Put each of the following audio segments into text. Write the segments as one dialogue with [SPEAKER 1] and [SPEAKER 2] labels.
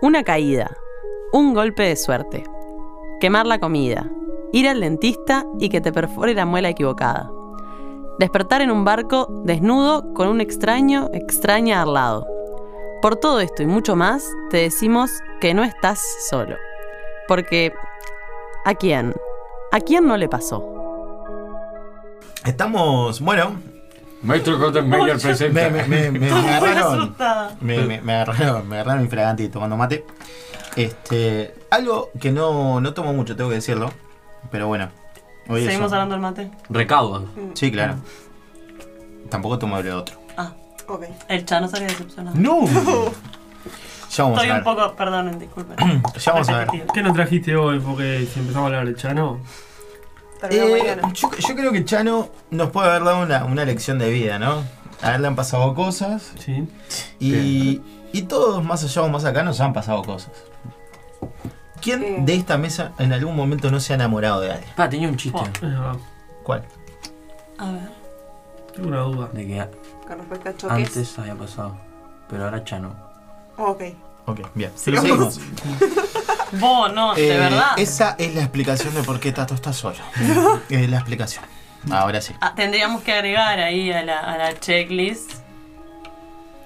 [SPEAKER 1] Una caída, un golpe de suerte, quemar la comida, ir al dentista y que te perfore la muela equivocada. Despertar en un barco desnudo con un extraño, extraña al lado. Por todo esto y mucho más, te decimos que no estás solo. Porque, ¿a quién? ¿A quién no le pasó?
[SPEAKER 2] Estamos, bueno,
[SPEAKER 3] Maestro Kottenberger
[SPEAKER 2] me,
[SPEAKER 3] presenta.
[SPEAKER 2] me, me, me- me
[SPEAKER 4] Estoy
[SPEAKER 2] agarraron.
[SPEAKER 4] asustada.
[SPEAKER 2] Me, me, me agarraron, me agarraron infragante tomando mate. Este, algo que no, no tomo mucho, tengo que decirlo. Pero bueno. hoy es
[SPEAKER 4] Seguimos
[SPEAKER 2] un-
[SPEAKER 4] hablando del mate.
[SPEAKER 3] Recaudan.
[SPEAKER 2] Sí, claro. Tampoco tomo de otro.
[SPEAKER 4] Ah,
[SPEAKER 5] Ok.
[SPEAKER 4] el Chano salió decepcionado.
[SPEAKER 2] ¡No! Ya vamos
[SPEAKER 4] Estoy
[SPEAKER 2] a ver.
[SPEAKER 4] un poco, perdonen, disculpen.
[SPEAKER 2] Ya vamos a ver.
[SPEAKER 4] Repetido.
[SPEAKER 6] ¿Qué nos trajiste hoy? Porque si empezamos a hablar del Chano.
[SPEAKER 5] Termina
[SPEAKER 2] Eh,
[SPEAKER 5] mañana.
[SPEAKER 2] yo, yo creo que Chano nos puede haber dado una, una lección de vida, ¿no? A él le han pasado cosas
[SPEAKER 6] Sí.
[SPEAKER 2] y, y todos, más allá o más acá, nos han pasado cosas. ¿Quién
[SPEAKER 5] Eh.
[SPEAKER 2] de esta mesa en algún momento no se ha enamorado de alguien?
[SPEAKER 3] Pa, tenía un chiste.
[SPEAKER 6] Es verdad.
[SPEAKER 2] ¿Cuál?
[SPEAKER 4] A ver.
[SPEAKER 6] Tengo una duda.
[SPEAKER 3] De que
[SPEAKER 5] Con respecto a choques.
[SPEAKER 3] antes había pasado. Pero ahora ya no.
[SPEAKER 5] Ok.
[SPEAKER 2] Ok, bien.
[SPEAKER 5] Sigamos.
[SPEAKER 2] Seguimos.
[SPEAKER 4] Vos, no, de
[SPEAKER 2] Eh,
[SPEAKER 4] verdad.
[SPEAKER 2] Esa es la explicación de por qué Tato está solo. Es la explicación. Ahora sí.
[SPEAKER 4] Ah, tendríamos que agregar ahí a la, a la checklist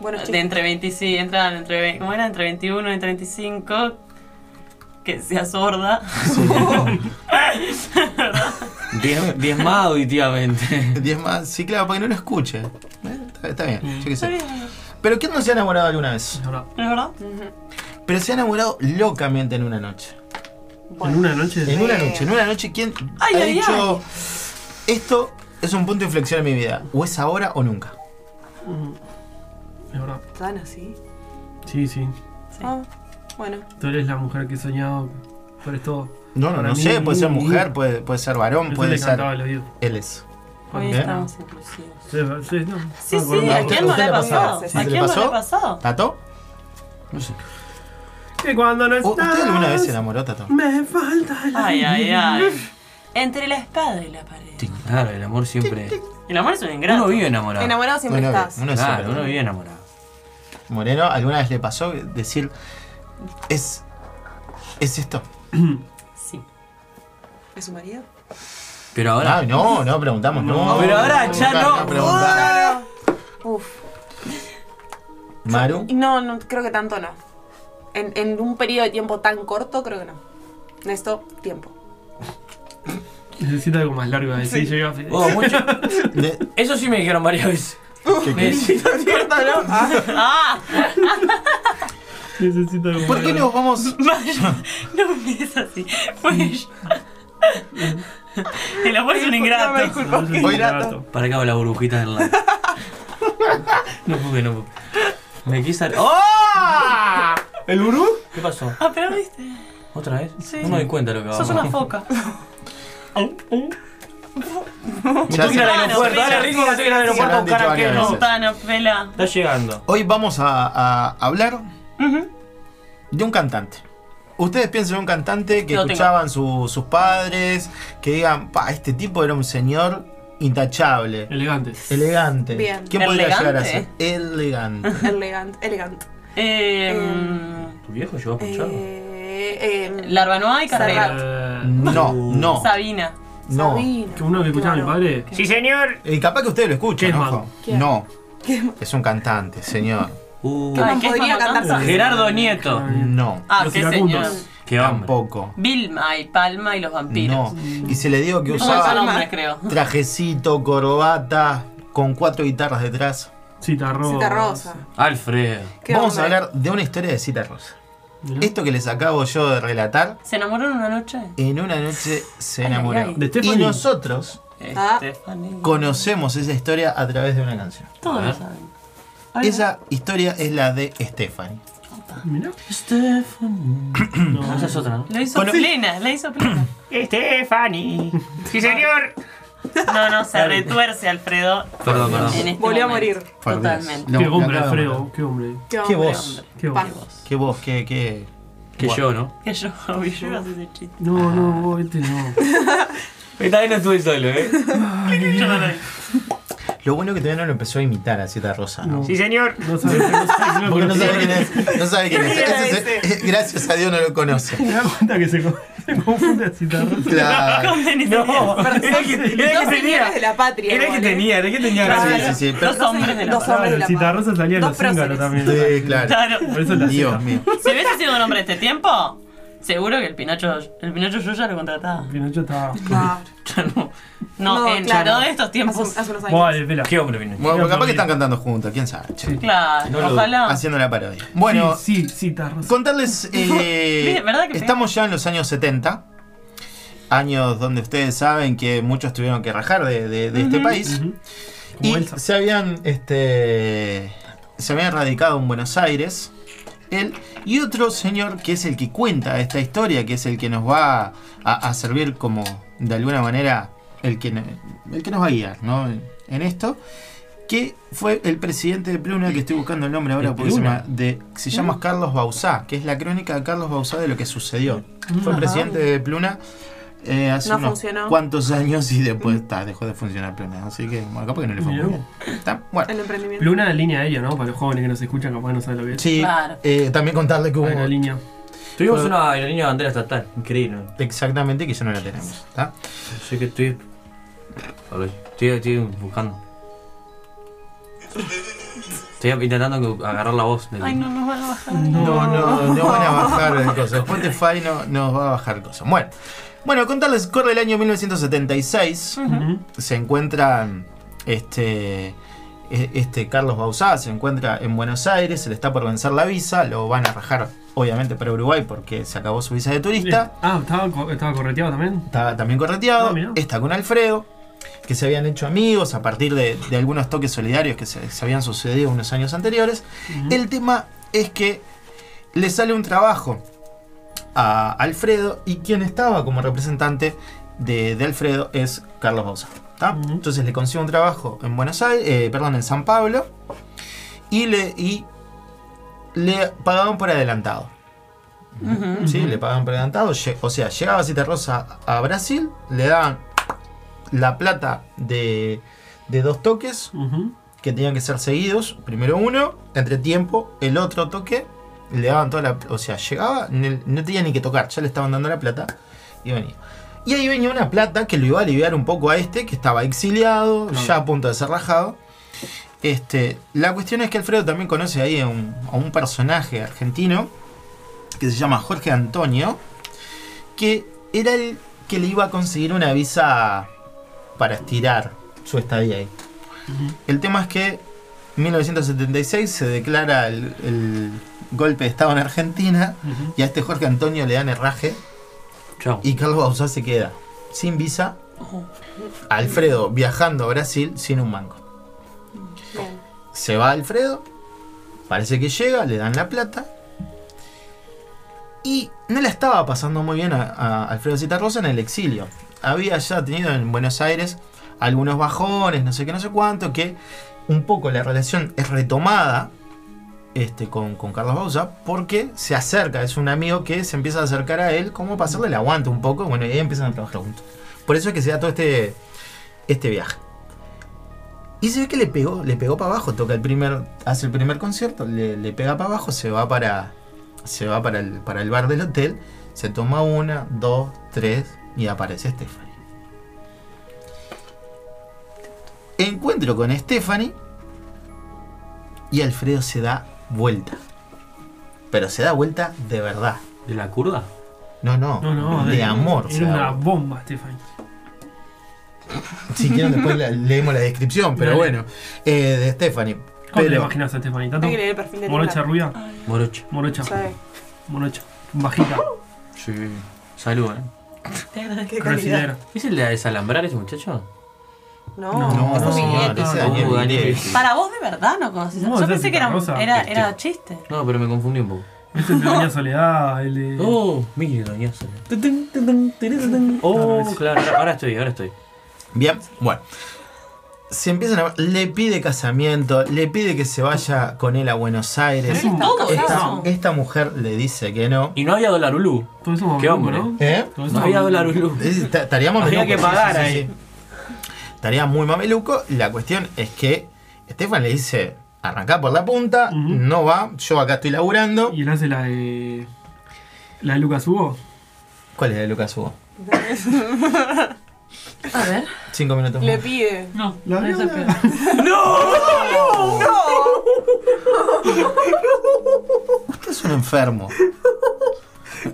[SPEAKER 5] Bueno,
[SPEAKER 4] de
[SPEAKER 5] chicos.
[SPEAKER 4] entre 25, entraban entre, ve- ¿cómo era? entre 21 y 35, que sea sorda.
[SPEAKER 3] Diez, diezmado auditivamente.
[SPEAKER 2] Diez más. Sí, claro, para que no lo escuche. Eh, Está, está bien, yo qué sé. Pero ¿quién no se ha enamorado alguna vez?
[SPEAKER 6] Es verdad.
[SPEAKER 4] ¿No es verdad?
[SPEAKER 2] Pero se ha enamorado locamente en una noche.
[SPEAKER 6] En una noche.
[SPEAKER 2] En una noche, en una noche, ¿quién
[SPEAKER 4] Ay,
[SPEAKER 2] ha
[SPEAKER 4] ay,
[SPEAKER 2] dicho esto es un punto de inflexión en mi vida? O es ahora o nunca.
[SPEAKER 6] Mm. Es verdad.
[SPEAKER 5] ¿Están así?
[SPEAKER 6] Sí, sí.
[SPEAKER 4] Sí.
[SPEAKER 5] Ah, bueno.
[SPEAKER 6] Tú eres la mujer que he soñado. Tú eres todo.
[SPEAKER 2] No, no,
[SPEAKER 6] Para
[SPEAKER 2] no
[SPEAKER 6] mí,
[SPEAKER 2] sé, puede ser
[SPEAKER 6] mí,
[SPEAKER 2] mujer, puede, puede ser varón,
[SPEAKER 6] Eso le
[SPEAKER 2] puede ser.
[SPEAKER 6] cantaba al oído.
[SPEAKER 2] Él es.
[SPEAKER 4] Hoy
[SPEAKER 2] ¿Eh?
[SPEAKER 4] estamos inclusivos.
[SPEAKER 6] Sí, sí, no.
[SPEAKER 4] Sí,
[SPEAKER 6] no, por
[SPEAKER 4] sí,
[SPEAKER 6] un
[SPEAKER 4] ¿a
[SPEAKER 6] lado.
[SPEAKER 2] ¿Usted-
[SPEAKER 4] quién no
[SPEAKER 2] usted
[SPEAKER 4] le
[SPEAKER 2] le
[SPEAKER 4] ha
[SPEAKER 2] pasó?
[SPEAKER 4] pasado?
[SPEAKER 5] ¿Sí
[SPEAKER 4] ¿A
[SPEAKER 2] le
[SPEAKER 4] quién no le
[SPEAKER 2] pasó?
[SPEAKER 4] ha pasado?
[SPEAKER 2] ¿Tato?
[SPEAKER 3] No sé.
[SPEAKER 6] Que cuando no
[SPEAKER 2] ¿O-
[SPEAKER 6] estás.
[SPEAKER 2] Oh, ¿Usted alguna vez se enamoró, Tato?
[SPEAKER 6] Me falta el
[SPEAKER 4] Ay, ay,
[SPEAKER 6] aire.
[SPEAKER 4] ay. Entre la espada y la pared.
[SPEAKER 3] Sí, Claro, el amor siempre.
[SPEAKER 4] El amor es un ingrato.
[SPEAKER 3] Uno vive enamorado.
[SPEAKER 5] Enamorado siempre
[SPEAKER 2] Uno-
[SPEAKER 5] estás.
[SPEAKER 2] uno es
[SPEAKER 3] Claro,
[SPEAKER 2] siempre-
[SPEAKER 3] uno vive enamorado.
[SPEAKER 2] Moreno, ¿alguna vez le pasó decir es es esto?
[SPEAKER 4] Sí.
[SPEAKER 5] ¿Es su marido?
[SPEAKER 3] Pero ahora.
[SPEAKER 2] Ah, no, no preguntamos, no.
[SPEAKER 3] Pero ahora ya
[SPEAKER 2] Nunca,
[SPEAKER 3] no.
[SPEAKER 2] preguntamos.
[SPEAKER 5] Uf.
[SPEAKER 2] Maru,
[SPEAKER 5] No, no, creo que tanto no. En, en un periodo de tiempo tan corto, creo que no. Necesito tiempo.
[SPEAKER 6] Necesito algo más largo. Ahí sí, llega.
[SPEAKER 3] Oh, mucho-
[SPEAKER 2] de-
[SPEAKER 3] Eso sí me dijeron varias veces. Necesito-
[SPEAKER 4] ¡Ah!
[SPEAKER 6] Necesito algo más
[SPEAKER 2] ¿por qué
[SPEAKER 6] largo.
[SPEAKER 2] nos vamos?
[SPEAKER 4] No me es así. Fue ella. El amor es un ingrato.
[SPEAKER 6] No, es un
[SPEAKER 2] Voy a-
[SPEAKER 6] rato.
[SPEAKER 3] Para acá va la burbujita del lado. No pude, no pude. Me quise. ¡Oh!
[SPEAKER 2] ¿El gurú?
[SPEAKER 3] ¿Qué pasó?
[SPEAKER 4] Ah, pero viste.
[SPEAKER 3] ¿Otra vez?
[SPEAKER 4] Sí.
[SPEAKER 3] No me doy cuenta lo que
[SPEAKER 4] Sos
[SPEAKER 3] vamos.
[SPEAKER 4] una foca.
[SPEAKER 2] Ya
[SPEAKER 3] Tengo que ir al
[SPEAKER 2] se-
[SPEAKER 4] Claro,
[SPEAKER 3] aeropuerto,
[SPEAKER 4] sí,
[SPEAKER 3] dale
[SPEAKER 4] sí,
[SPEAKER 3] ritmo, que tengo que ir al
[SPEAKER 2] sí,
[SPEAKER 3] aeropuerto a
[SPEAKER 2] lo han
[SPEAKER 3] buscar a
[SPEAKER 2] dicho
[SPEAKER 3] aquel.
[SPEAKER 2] varias
[SPEAKER 3] No,
[SPEAKER 2] veces.
[SPEAKER 4] Tano, pela.
[SPEAKER 3] Está llegando.
[SPEAKER 2] Hoy vamos a, a hablar
[SPEAKER 4] Ujú.
[SPEAKER 2] de un cantante. Ustedes piensen en un cantante que
[SPEAKER 4] Lo tengo.
[SPEAKER 2] escuchaban su- sus padres, que digan, pa, este tipo era un señor intachable,
[SPEAKER 6] Elegante.
[SPEAKER 2] elegante.
[SPEAKER 5] Bien.
[SPEAKER 2] ¿Quién podría llegar a ser?
[SPEAKER 4] Elegante.
[SPEAKER 2] Elegante.
[SPEAKER 5] Elegante. Elegante.
[SPEAKER 4] Eh,
[SPEAKER 5] Em,
[SPEAKER 3] ¿Tu viejo llegó a escucharlo?
[SPEAKER 5] Eh, eh,
[SPEAKER 4] Larbanoa y Carrera.
[SPEAKER 5] Serrat.
[SPEAKER 6] Eh,
[SPEAKER 2] No, no,
[SPEAKER 4] Sabina.
[SPEAKER 2] no.
[SPEAKER 5] Sabina.
[SPEAKER 6] que uno que escuchaba a mi
[SPEAKER 5] Claro.
[SPEAKER 6] padre.
[SPEAKER 3] ¡Sí, señor!
[SPEAKER 2] Y capaz que ustedes lo escuchen,
[SPEAKER 6] Kidman.
[SPEAKER 2] ojo.
[SPEAKER 5] ¿Quién?
[SPEAKER 2] No. Es un cantante, señor.
[SPEAKER 3] Uh,
[SPEAKER 5] ¿Qué más
[SPEAKER 4] ¿qué es
[SPEAKER 5] podría
[SPEAKER 4] Mamotán?
[SPEAKER 5] cantar Sabina?
[SPEAKER 3] Gerardo Nieto.
[SPEAKER 2] No.
[SPEAKER 4] Ah,
[SPEAKER 6] Los
[SPEAKER 4] qué señor.
[SPEAKER 6] iracundos.
[SPEAKER 3] Qué hombre.
[SPEAKER 2] Tampoco.
[SPEAKER 4] Vilma y Palma y los vampiros.
[SPEAKER 2] No. Y se le digo que
[SPEAKER 4] No, son
[SPEAKER 2] usaba
[SPEAKER 4] hombres, creo.
[SPEAKER 2] trajecito, corbata, con cuatro guitarras detrás.
[SPEAKER 6] Cita Rosa.
[SPEAKER 5] Cita Rosa.
[SPEAKER 3] Alfredo.
[SPEAKER 5] Qué
[SPEAKER 2] Vamos a
[SPEAKER 5] hombre.
[SPEAKER 2] hablar de una historia de Cita Rosa.
[SPEAKER 6] Mirá.
[SPEAKER 5] Eh,
[SPEAKER 2] Esto que les acabo yo de relatar,
[SPEAKER 4] ¿Se enamoraron una noche?
[SPEAKER 2] en una noche se
[SPEAKER 4] Ay, ay,
[SPEAKER 2] enamoró.
[SPEAKER 4] ay.
[SPEAKER 6] De
[SPEAKER 2] Y
[SPEAKER 6] Stephanie.
[SPEAKER 2] nosotros
[SPEAKER 5] Ah.
[SPEAKER 4] Stephanie.
[SPEAKER 2] conocemos esa historia a través de una canción.
[SPEAKER 4] Todos lo saben.
[SPEAKER 2] Esa historia es la de Stephanie.
[SPEAKER 6] Mirá.
[SPEAKER 3] Stephanie. No, esa es otra, ¿no?
[SPEAKER 4] Lo hizo
[SPEAKER 2] Cono-
[SPEAKER 4] plena, la hizo plena.
[SPEAKER 3] Stephanie. ¡Sí, señor!
[SPEAKER 4] No, no, se retuerce Alfredo.
[SPEAKER 3] Perdón,
[SPEAKER 2] Ah.
[SPEAKER 3] perdón.
[SPEAKER 4] En este
[SPEAKER 5] Volvió a
[SPEAKER 4] momento.
[SPEAKER 5] morir.
[SPEAKER 2] Por Dios.
[SPEAKER 4] Totalmente.
[SPEAKER 2] Lo-
[SPEAKER 6] Qué
[SPEAKER 2] lo
[SPEAKER 6] hombre,
[SPEAKER 2] acabo de
[SPEAKER 6] Alfredo.
[SPEAKER 2] matar.
[SPEAKER 6] Qué hombre.
[SPEAKER 5] Qué,
[SPEAKER 2] Qué
[SPEAKER 5] hombre.
[SPEAKER 2] voz,
[SPEAKER 6] Qué
[SPEAKER 5] Pa.
[SPEAKER 6] hombre.
[SPEAKER 2] qué voz, qué, qué.
[SPEAKER 3] Que yo, ¿no?
[SPEAKER 4] Que yo, yo iba a hacer ese chiste.
[SPEAKER 6] No, no, vos este no.
[SPEAKER 3] Esta vez no estuve solo, ¿eh?
[SPEAKER 4] Yo no lo-
[SPEAKER 2] Lo bueno que todavía no lo empezó a imitar a Cita Rosa, ¿no?
[SPEAKER 6] No.
[SPEAKER 7] Sí, señor.
[SPEAKER 6] No sabes, no sabes, no
[SPEAKER 2] Porque no sabe
[SPEAKER 6] sabes.
[SPEAKER 2] quién es. No sabe quién es.
[SPEAKER 5] Mira
[SPEAKER 2] Ese se- gracias a Dios no lo conoce.
[SPEAKER 6] Me da cuenta que se, co- se confunde a citarro.
[SPEAKER 2] Claro.
[SPEAKER 4] Con tenis tenía.
[SPEAKER 3] Era que, era
[SPEAKER 5] Dos
[SPEAKER 3] que
[SPEAKER 5] señores
[SPEAKER 3] tenía.
[SPEAKER 5] de la patria.
[SPEAKER 3] Era que
[SPEAKER 5] igual, ¿eh?
[SPEAKER 3] tenía, era que tenía.
[SPEAKER 5] Claro.
[SPEAKER 2] Sí, sí, sí. Pero,
[SPEAKER 4] Dos hombres de la
[SPEAKER 5] Dos hombres de
[SPEAKER 6] Claro,
[SPEAKER 5] la
[SPEAKER 6] Citarro se salía en
[SPEAKER 5] Dos
[SPEAKER 6] los cíngaros
[SPEAKER 5] próceres.
[SPEAKER 6] también.
[SPEAKER 2] sí, claro.
[SPEAKER 4] Claro.
[SPEAKER 6] Por eso la
[SPEAKER 2] Dios
[SPEAKER 6] cita.
[SPEAKER 2] mío.
[SPEAKER 4] Si hubiese sido un hombre de este tiempo, seguro que el Pinocho, el Pinocho yo ya lo contrataba.
[SPEAKER 6] Pinocho estaba.
[SPEAKER 5] Claro.
[SPEAKER 3] Ya no.
[SPEAKER 4] No,
[SPEAKER 5] No,
[SPEAKER 4] en
[SPEAKER 5] claro.
[SPEAKER 4] no de estos tiempos.
[SPEAKER 5] Hace, hace unos años.
[SPEAKER 6] Buah, de pela.
[SPEAKER 3] ¿Qué hombre vino?
[SPEAKER 2] Bueno, capaz que están cantando juntos, quién sabe. che.
[SPEAKER 6] Sí.
[SPEAKER 4] Claro,
[SPEAKER 3] No lo
[SPEAKER 4] ojalá.
[SPEAKER 2] Haciendo la parodia. Bueno,
[SPEAKER 6] Sí, sí, citarro.
[SPEAKER 2] Contarles, eh,
[SPEAKER 4] ¿Viste? ¿Verdad que
[SPEAKER 2] estamos ya en los años 70, años donde ustedes saben que muchos tuvieron que rajar de, de- de este país
[SPEAKER 6] Ujú.
[SPEAKER 2] y
[SPEAKER 6] Como Elsa.
[SPEAKER 2] se habían, este, se habían radicado en Buenos Aires. Él y otro señor que es el que cuenta esta historia, que es el que nos va a, a servir como de alguna manera el que, el que nos va a guiar ¿no? en esto, que fue el presidente de Pluna, que estoy buscando el nombre ahora
[SPEAKER 3] ¿De
[SPEAKER 2] porque se
[SPEAKER 3] Pluna?
[SPEAKER 2] llama, de, se llama Carlos Bausá, que es la crónica de Carlos Bausá de lo que sucedió. Fue
[SPEAKER 6] Mm. Ajá.
[SPEAKER 2] presidente de Pluna eh, hace
[SPEAKER 5] No
[SPEAKER 2] unos
[SPEAKER 5] funcionó.
[SPEAKER 2] cuantos años y después ta, dejó de funcionar Pluna, así que bueno, capaz que no le fue muy
[SPEAKER 6] Mirá.
[SPEAKER 2] bien. Está, Bueno,
[SPEAKER 5] El emprendimiento.
[SPEAKER 6] Luna en línea aérea, ¿no? Para los jóvenes que nos escuchan, capaz no saben lo que es.
[SPEAKER 2] sí,
[SPEAKER 4] Claro.
[SPEAKER 2] eh, también contarle que hubo...
[SPEAKER 6] Una línea.
[SPEAKER 3] Tuvimos
[SPEAKER 2] Pero-
[SPEAKER 3] una aerolínea de bandera estatal, increíble.
[SPEAKER 2] Exactamente, que ya no la tenemos. ¿tá?
[SPEAKER 3] Así que estoy. Hola, Estoy, estoy buscando. Estoy intentando que- agarrar la voz del.
[SPEAKER 4] Ay, no nos van a bajar.
[SPEAKER 2] No, no, no van a bajar cosas. Spotify no nos va a bajar cosas. Bueno, bueno, contarles, corre el año 1976.
[SPEAKER 6] Ujú.
[SPEAKER 2] Se encuentran este. e- Este Carlos Bausá se encuentra en Buenos Aires, se le está por vencer la visa, lo van a rajar obviamente para Uruguay porque se acabó su visa de turista.
[SPEAKER 6] Ah, estaba, co- estaba correteado también.
[SPEAKER 2] Está también correteado,
[SPEAKER 6] Ah, mirá.
[SPEAKER 2] está con Alfredo, que se habían hecho amigos a partir de, de algunos toques solidarios que se, se habían sucedido unos años anteriores. El tema es que le sale un trabajo a Alfredo y quien estaba como representante de, de Alfredo es Carlos Bausa. ¿tá?
[SPEAKER 6] Ujú.
[SPEAKER 2] Entonces le consigue un trabajo en Buenos Aires, eh, perdón, en San Pablo y le, y le pagaban por adelantado. Sí, le pagaban por adelantado. Lle- O sea, llegaba Cita Rosa a Brasil, le daban la plata de, de dos toques
[SPEAKER 6] Ujú.
[SPEAKER 2] que tenían que ser seguidos. Primero uno, entre tiempo, el otro toque. Le daban toda la. O sea, llegaba, ne- no tenía ni que tocar, ya le estaban dando la plata y venía. Y ahí venía una plata que lo iba a aliviar un poco a este, que estaba exiliado, ya a punto de ser rajado. Este, la cuestión es que Alfredo también conoce ahí a un, a un personaje argentino que se llama Jorge Antonio, que era el que le iba a conseguir una visa para estirar su estadía ahí. El tema es que en 1976 se declara el, el golpe de Estado en Argentina
[SPEAKER 6] Ujú.
[SPEAKER 2] y a este Jorge Antonio le dan herraje
[SPEAKER 3] Chao.
[SPEAKER 2] y Carlos Bauzá se queda sin visa. Alfredo viajando a Brasil sin un mango.
[SPEAKER 5] Bien.
[SPEAKER 2] Se va Alfredo, parece que llega, le dan la plata. Y no la estaba pasando muy bien a, a Alfredo Citarrosa en el exilio. Había ya tenido en Buenos Aires algunos bajones, no sé qué, no sé cuánto, que un poco la relación es retomada este, con, con Carlos Bausa porque se acerca, es un amigo que se empieza a acercar a él como para hacerle el aguante un poco, bueno, y ahí empiezan a trabajar juntos. Por eso es que se da todo este, este viaje. Y se ve que le pegó, le pegó para abajo, toca el primer, hace el primer concierto, le, le pega para abajo, se va para. Se va para el, para el bar del hotel, se toma una, dos, tres y aparece Stephanie. Encuentro con Stephanie y Alfredo se da vuelta. Pero se da vuelta de verdad.
[SPEAKER 3] ¿De la curda?
[SPEAKER 2] No, no,
[SPEAKER 6] No, no,
[SPEAKER 2] de, amor. se
[SPEAKER 6] Era
[SPEAKER 2] da
[SPEAKER 6] una
[SPEAKER 2] vuelta.
[SPEAKER 6] bomba, Stephanie.
[SPEAKER 2] Si quieren después la- leemos la descripción, pero
[SPEAKER 6] Dale.
[SPEAKER 2] bueno. eh, de Stephanie.
[SPEAKER 6] ¿Cómo te la
[SPEAKER 2] Pero,
[SPEAKER 6] imaginas a Stephanie? ¿Tanto?
[SPEAKER 5] Hay que leer el perfil de
[SPEAKER 6] Morocha
[SPEAKER 5] Lula.
[SPEAKER 6] rubia,
[SPEAKER 3] Morocha.
[SPEAKER 6] morocha,
[SPEAKER 5] ¿Sabe?
[SPEAKER 6] morocha, bajita,
[SPEAKER 3] Sí. Salud, ¿eh?
[SPEAKER 5] Qué calidad.
[SPEAKER 6] brasilera.
[SPEAKER 3] ¿Es el de desalambrar ese muchacho?
[SPEAKER 5] No,
[SPEAKER 2] No,
[SPEAKER 5] eso
[SPEAKER 2] no,
[SPEAKER 5] es
[SPEAKER 2] señor,
[SPEAKER 5] Miguel.
[SPEAKER 2] ese
[SPEAKER 3] Ah,
[SPEAKER 2] Daniel
[SPEAKER 3] uh, Daniel
[SPEAKER 2] Miguel.
[SPEAKER 3] Miguel.
[SPEAKER 4] Para vos de verdad no conocés.
[SPEAKER 6] No,
[SPEAKER 4] Yo
[SPEAKER 6] esa
[SPEAKER 4] pensé
[SPEAKER 6] es
[SPEAKER 4] que era,
[SPEAKER 6] Rosa.
[SPEAKER 4] era,
[SPEAKER 3] Este.
[SPEAKER 4] era chiste.
[SPEAKER 3] No, pero me confundí un poco.
[SPEAKER 6] Es el de Doña Soledad, el de...
[SPEAKER 3] Oh, mire, doña Sonia. Tun, tun, tun, tun, tun, tun, tun. Oh,
[SPEAKER 6] Claro, es-
[SPEAKER 3] claro, ahora- ahora estoy, ahora estoy.
[SPEAKER 2] Bien, bueno. Se empiezan a. Le pide casamiento, le pide que se vaya con él a Buenos Aires.
[SPEAKER 6] Pero él estaba
[SPEAKER 4] Todo
[SPEAKER 2] Esta,
[SPEAKER 4] eso.
[SPEAKER 2] esta mujer le dice que no.
[SPEAKER 3] Y no había dólar Ulu.
[SPEAKER 6] Todo eso
[SPEAKER 3] Qué hombre.
[SPEAKER 6] ¿no?
[SPEAKER 2] ¿Eh?
[SPEAKER 6] Todo eso
[SPEAKER 3] No había dólar Ulu.
[SPEAKER 2] Es- ta- Estaríamos
[SPEAKER 3] Había
[SPEAKER 2] medio-
[SPEAKER 3] que pagar ahí.
[SPEAKER 2] sí. Estaría muy mameluco. La cuestión es que Estefan le dice, arrancá por la punta,
[SPEAKER 6] Ujú.
[SPEAKER 2] no va, yo acá estoy laburando.
[SPEAKER 6] Y él hace la de. La de Lucas Hugo.
[SPEAKER 2] ¿Cuál es la de Lucas Hugo?
[SPEAKER 5] A ver.
[SPEAKER 2] Cinco minutos.
[SPEAKER 5] Le
[SPEAKER 2] más.
[SPEAKER 5] pide.
[SPEAKER 4] No,
[SPEAKER 6] La
[SPEAKER 4] no es el
[SPEAKER 6] viola.
[SPEAKER 4] peor.
[SPEAKER 2] Usted es un enfermo.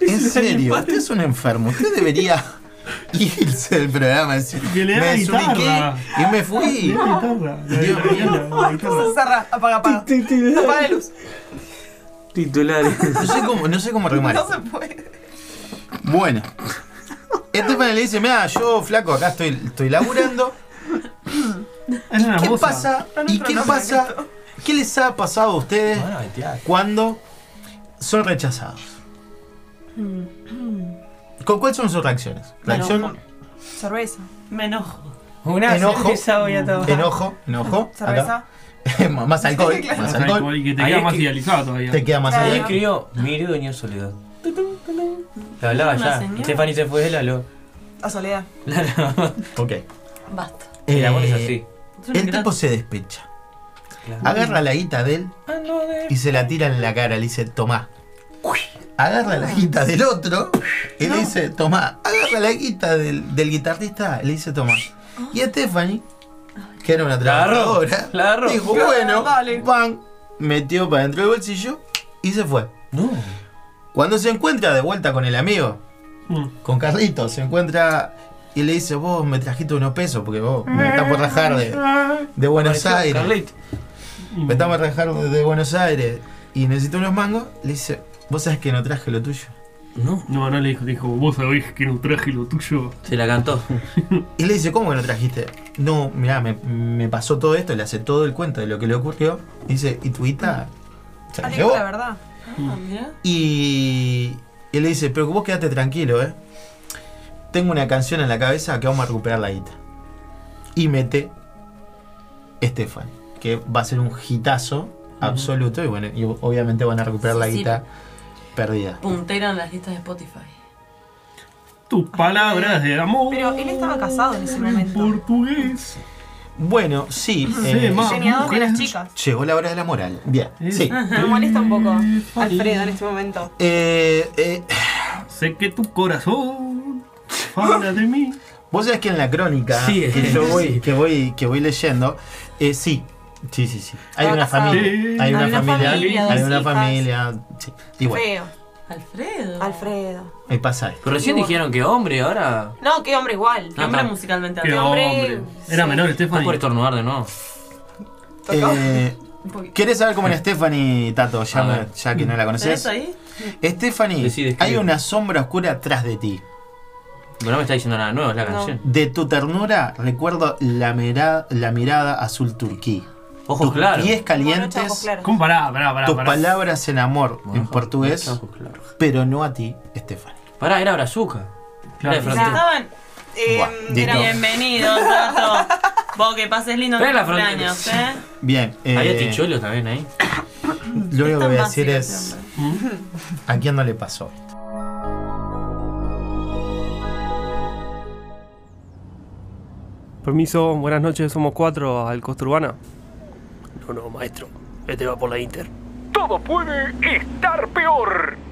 [SPEAKER 2] En serio, usted es un enfermo. Usted debería irse del programa. Es decir,
[SPEAKER 6] Que le da
[SPEAKER 2] me
[SPEAKER 6] guitarra.
[SPEAKER 2] desubiqué y me
[SPEAKER 6] La
[SPEAKER 2] fui.
[SPEAKER 6] guitarra. La de
[SPEAKER 2] Dios
[SPEAKER 6] la viola, la guitarra.
[SPEAKER 5] Cerra, apaga, apaga. Apaga la luz.
[SPEAKER 3] Titulares.
[SPEAKER 2] No sé cómo, no sé cómo remar.
[SPEAKER 5] No se puede.
[SPEAKER 2] Bueno. Estefan le dice, mira, yo flaco, acá estoy, estoy laburando.
[SPEAKER 6] Es una
[SPEAKER 2] ¿Qué
[SPEAKER 6] moza.
[SPEAKER 2] pasa? ¿Y qué pasa? ¿Qué les ha pasado a ustedes
[SPEAKER 3] Bueno, vetear.
[SPEAKER 2] cuando son rechazados? ¿Con cuáles son sus reacciones?
[SPEAKER 4] Enojo.
[SPEAKER 2] Reacción,
[SPEAKER 5] Cerveza.
[SPEAKER 4] Me enojo.
[SPEAKER 3] Una
[SPEAKER 2] Enojo.
[SPEAKER 3] cerveza voy a tomar.
[SPEAKER 2] enojo, enojo. acá.
[SPEAKER 5] Cerveza.
[SPEAKER 2] más alcohol,
[SPEAKER 6] Más
[SPEAKER 2] más alcohol.
[SPEAKER 6] alcohol y que te
[SPEAKER 3] Ahí
[SPEAKER 6] queda
[SPEAKER 3] es
[SPEAKER 6] más
[SPEAKER 3] que-
[SPEAKER 6] idealizado todavía.
[SPEAKER 2] Te queda más
[SPEAKER 5] Claro.
[SPEAKER 3] Ahí
[SPEAKER 2] alcohol.
[SPEAKER 3] escribió, mi dueño soledad. Tutum, tutum. Lo hablaba
[SPEAKER 4] Una
[SPEAKER 3] ya.
[SPEAKER 4] señora.
[SPEAKER 3] Stephanie se fue, él habló.
[SPEAKER 5] A soledad.
[SPEAKER 3] Claro.
[SPEAKER 2] Ok.
[SPEAKER 5] Basta.
[SPEAKER 3] El amor es
[SPEAKER 2] Eh,
[SPEAKER 3] así.
[SPEAKER 4] Es un
[SPEAKER 2] El
[SPEAKER 4] gran-
[SPEAKER 2] tipo se despecha.
[SPEAKER 3] Claro.
[SPEAKER 2] Agarra la guita de él
[SPEAKER 3] Ah, no, de-
[SPEAKER 2] y se la tira en la cara. Le dice, tomá. Agarra
[SPEAKER 5] Ah.
[SPEAKER 2] la guita del otro y le dice, tomá. Agarra la guita del, del guitarrista y le dice, tomá.
[SPEAKER 5] Ah.
[SPEAKER 2] Y Stephanie, que era una
[SPEAKER 3] La agarró,
[SPEAKER 2] trabajadora,
[SPEAKER 3] la agarró.
[SPEAKER 2] dijo,
[SPEAKER 5] Claro,
[SPEAKER 2] bueno,
[SPEAKER 5] dale.
[SPEAKER 2] pan, metió para dentro del bolsillo y se fue.
[SPEAKER 3] No.
[SPEAKER 2] Cuando se encuentra de vuelta con el amigo,
[SPEAKER 6] Mm.
[SPEAKER 2] con Carlito, se encuentra y le dice, vos me trajiste unos pesos porque vos me estás por rajar de, de Buenos
[SPEAKER 3] Apareció
[SPEAKER 2] Aires.
[SPEAKER 3] Carlito.
[SPEAKER 2] Me estás por rajar de, de Buenos Aires y necesito unos mangos. Le dice, vos sabés que no traje lo tuyo.
[SPEAKER 3] No.
[SPEAKER 6] No, no le dijo, dijo, vos sabés que no traje lo tuyo.
[SPEAKER 3] Se la cantó.
[SPEAKER 2] Y le dice, ¿cómo que no trajiste? No, mirá, me, me pasó todo esto, le hace todo el cuento de lo que le ocurrió. Y dice, ¿y tu guita? Se la llevó.
[SPEAKER 5] la verdad.
[SPEAKER 4] Ah, mirá.
[SPEAKER 2] Y, y le dice, pero vos quedate tranquilo, ¿eh? Tengo una canción en la cabeza que vamos a recuperar la guita. Y mete Estefan, que va a ser un hitazo absoluto. Y bueno, y obviamente van a recuperar la
[SPEAKER 4] Sí, sí.
[SPEAKER 2] guita perdida.
[SPEAKER 4] Puntera en las listas de Spotify.
[SPEAKER 6] Tus palabras de amor.
[SPEAKER 5] Pero él estaba casado en ese momento.
[SPEAKER 6] Portugués.
[SPEAKER 2] Bueno, sí. eh,
[SPEAKER 6] ma.
[SPEAKER 5] Tenía dos de las chicas.
[SPEAKER 2] llegó la hora de la moral. Bien,
[SPEAKER 6] Es-
[SPEAKER 2] sí.
[SPEAKER 5] Ah, Me molesta un poco
[SPEAKER 6] Mm,
[SPEAKER 5] Alfredo en este momento.
[SPEAKER 2] Eh, eh,
[SPEAKER 6] Sé que tu corazón habla de mí.
[SPEAKER 2] Vos sabés que en la crónica
[SPEAKER 3] Sí,
[SPEAKER 2] que
[SPEAKER 3] es-
[SPEAKER 2] yo voy, que voy, que voy leyendo, eh, sí, sí, sí, sí. Hay
[SPEAKER 5] Estaba
[SPEAKER 2] una
[SPEAKER 5] casado.
[SPEAKER 2] familia,
[SPEAKER 6] Sí.
[SPEAKER 2] hay una
[SPEAKER 4] Hay una
[SPEAKER 2] familia,
[SPEAKER 4] familia,
[SPEAKER 2] hay
[SPEAKER 4] dos
[SPEAKER 2] una
[SPEAKER 4] hijas.
[SPEAKER 2] familia, sí. Y bueno,
[SPEAKER 5] Feo.
[SPEAKER 4] Alfredo.
[SPEAKER 5] Alfredo.
[SPEAKER 2] ahí pasa esto.
[SPEAKER 3] Pero recién dijeron que hombre, ahora.
[SPEAKER 5] No, qué hombre igual.
[SPEAKER 4] Qué hombre
[SPEAKER 3] Ajá.
[SPEAKER 4] musicalmente
[SPEAKER 6] Qué
[SPEAKER 4] hablando.
[SPEAKER 6] hombre. Era menor,
[SPEAKER 3] Está por
[SPEAKER 6] Stephanie.
[SPEAKER 3] estornudar de nuevo.
[SPEAKER 2] Eh,
[SPEAKER 5] Un poquito.
[SPEAKER 2] ¿Querés saber cómo era Stephanie, Tato? Ya,
[SPEAKER 3] A
[SPEAKER 2] me-
[SPEAKER 3] ver.
[SPEAKER 2] ya que no la
[SPEAKER 4] ¿Tenés
[SPEAKER 2] conoces.
[SPEAKER 4] ahí?
[SPEAKER 2] Stephanie,
[SPEAKER 3] Decí, describe.
[SPEAKER 2] hay una sombra oscura atrás de ti.
[SPEAKER 3] Bueno, no me está diciendo nada nuevo, es la canción.
[SPEAKER 2] De tu ternura recuerdo la mirada, la mirada azul turquí.
[SPEAKER 3] Ojos
[SPEAKER 2] Tus
[SPEAKER 3] claros.
[SPEAKER 2] pies
[SPEAKER 5] Morocha, ojos
[SPEAKER 2] calientes,
[SPEAKER 5] claros.
[SPEAKER 6] ¿Cómo pará, pará, pará?
[SPEAKER 2] tus
[SPEAKER 6] pará.
[SPEAKER 2] palabras en amor
[SPEAKER 3] Bueno,
[SPEAKER 2] en
[SPEAKER 3] ojos-
[SPEAKER 2] portugués,
[SPEAKER 3] ojos claros.
[SPEAKER 2] pero no a ti, Stephanie.
[SPEAKER 3] Pará, era brazuca. Era
[SPEAKER 6] Claro.
[SPEAKER 3] de
[SPEAKER 5] Ah.
[SPEAKER 3] frontera.
[SPEAKER 4] Estaban.
[SPEAKER 5] Eh,
[SPEAKER 2] Buah,
[SPEAKER 5] era
[SPEAKER 2] Dito.
[SPEAKER 4] Bienvenido, Tato. Vos que pases lindo
[SPEAKER 3] Ve la
[SPEAKER 4] cumpleaños, ¿eh?
[SPEAKER 2] Bien.
[SPEAKER 3] Había
[SPEAKER 2] eh,
[SPEAKER 3] tichuelos también ahí.
[SPEAKER 2] Lo único que voy a decir
[SPEAKER 4] vacío,
[SPEAKER 2] es,
[SPEAKER 4] hombre.
[SPEAKER 2] ¿a quién no le pasó?
[SPEAKER 7] Permiso, buenas noches, somos cuatro al Costa Urbana. No, no, maestro, este va por la Inter.
[SPEAKER 8] Todo puede estar peor.